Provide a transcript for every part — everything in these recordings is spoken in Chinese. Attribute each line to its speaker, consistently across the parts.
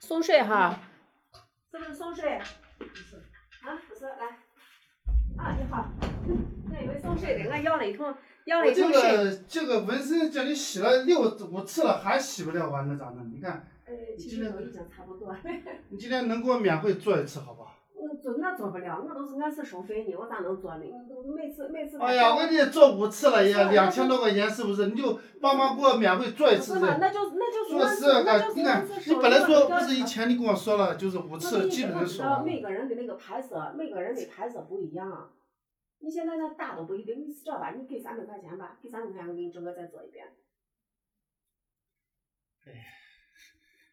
Speaker 1: 松睡哈，
Speaker 2: 是不是松睡？啊，不是，来。啊，你好。我以为松睡的，我要了一通，要了
Speaker 3: 我
Speaker 2: 一
Speaker 3: 这
Speaker 2: 通水。
Speaker 3: 个这个纹身叫你洗了六五次了，还洗不了完，那咋弄？你看，
Speaker 2: 呃，其实我已经差不多了。
Speaker 3: 你今天能给我免费做一次好不好？
Speaker 2: 我做我做不了，我都是按时收费的，我咋能做呢？我都每次每次。
Speaker 3: 哎呀，我给你做五次了也
Speaker 2: 是
Speaker 3: 两千多块钱，是不是？你就帮忙给我免费做一次
Speaker 2: 不是嘛，
Speaker 3: 这。
Speaker 2: 那就那就是
Speaker 3: 做
Speaker 2: 按
Speaker 3: 事
Speaker 2: 时，
Speaker 3: 啊，
Speaker 2: 那
Speaker 3: 看
Speaker 2: 就是
Speaker 3: 你看
Speaker 2: 按，时
Speaker 3: 你
Speaker 2: 收
Speaker 3: 本来
Speaker 2: 费
Speaker 3: 说
Speaker 2: 我
Speaker 3: 不是以
Speaker 2: 就
Speaker 3: 前你跟我说了，就是五
Speaker 2: 我跟
Speaker 3: 次
Speaker 2: 你
Speaker 3: 基
Speaker 2: 说
Speaker 3: 本
Speaker 2: 我
Speaker 3: 就
Speaker 2: 知
Speaker 3: 收
Speaker 2: 道
Speaker 3: 完了。
Speaker 2: 每个人的那个拍摄，每个人的拍摄不一样。你现在那打都不一定，你是这吧？你给三百块钱吧，给三百块钱我给你整个再做一遍。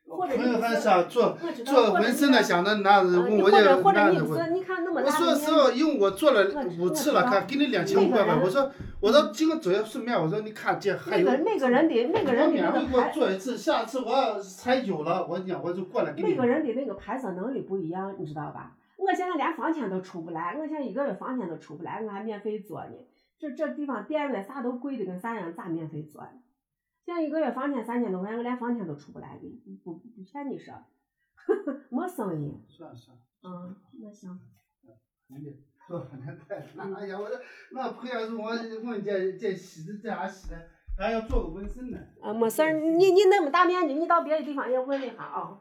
Speaker 3: 我
Speaker 2: 或者
Speaker 3: 哎朋友
Speaker 2: 你
Speaker 3: 还
Speaker 2: 是
Speaker 3: 想做
Speaker 2: 我知道
Speaker 3: 做
Speaker 2: 或者
Speaker 3: 纹
Speaker 2: 你
Speaker 3: 身的，
Speaker 2: 看
Speaker 3: 想着拿着
Speaker 2: 呃
Speaker 3: 问
Speaker 2: 你
Speaker 3: 我
Speaker 2: 或
Speaker 3: 就
Speaker 2: 者或者
Speaker 3: 拿
Speaker 2: 你
Speaker 3: 着问。
Speaker 2: 是你看那么
Speaker 3: 我
Speaker 2: 大的
Speaker 3: 说
Speaker 2: 面积，
Speaker 3: 是哦，因为我做了
Speaker 2: 我知
Speaker 3: 五次了，
Speaker 2: 我知道
Speaker 3: 看给你两千五百
Speaker 2: 啊那
Speaker 3: 块。
Speaker 2: 个人
Speaker 3: 我说我说今个走要顺便，我说你看这还
Speaker 2: 那
Speaker 3: 有
Speaker 2: 个那个人的那个人
Speaker 3: 你
Speaker 2: 的那
Speaker 3: 免
Speaker 2: 个
Speaker 3: 费给我
Speaker 2: 拍，
Speaker 3: 做一次，下次我要是才有了，我讲我就过来给你。
Speaker 2: 每个人的那个拍摄能力不一样，你知道吧？我现在连房间都出不来，我现在一个月房间都出不来，我还免费做呢。这这地方店外啥都贵的跟啥样，咋免费做呢？现在一个月房间三千多块钱，我连房间都出不来的，不不骗你说， 没生意。
Speaker 3: 算了算了，
Speaker 2: 嗯，那行，
Speaker 3: 你得多少年代了？哎哎呀，我这那朋友是我问这这洗的这还洗的，还要做个纹身呢。
Speaker 2: 呃啊，没事儿，你你那么大面积，你到别的地方也问一下啊。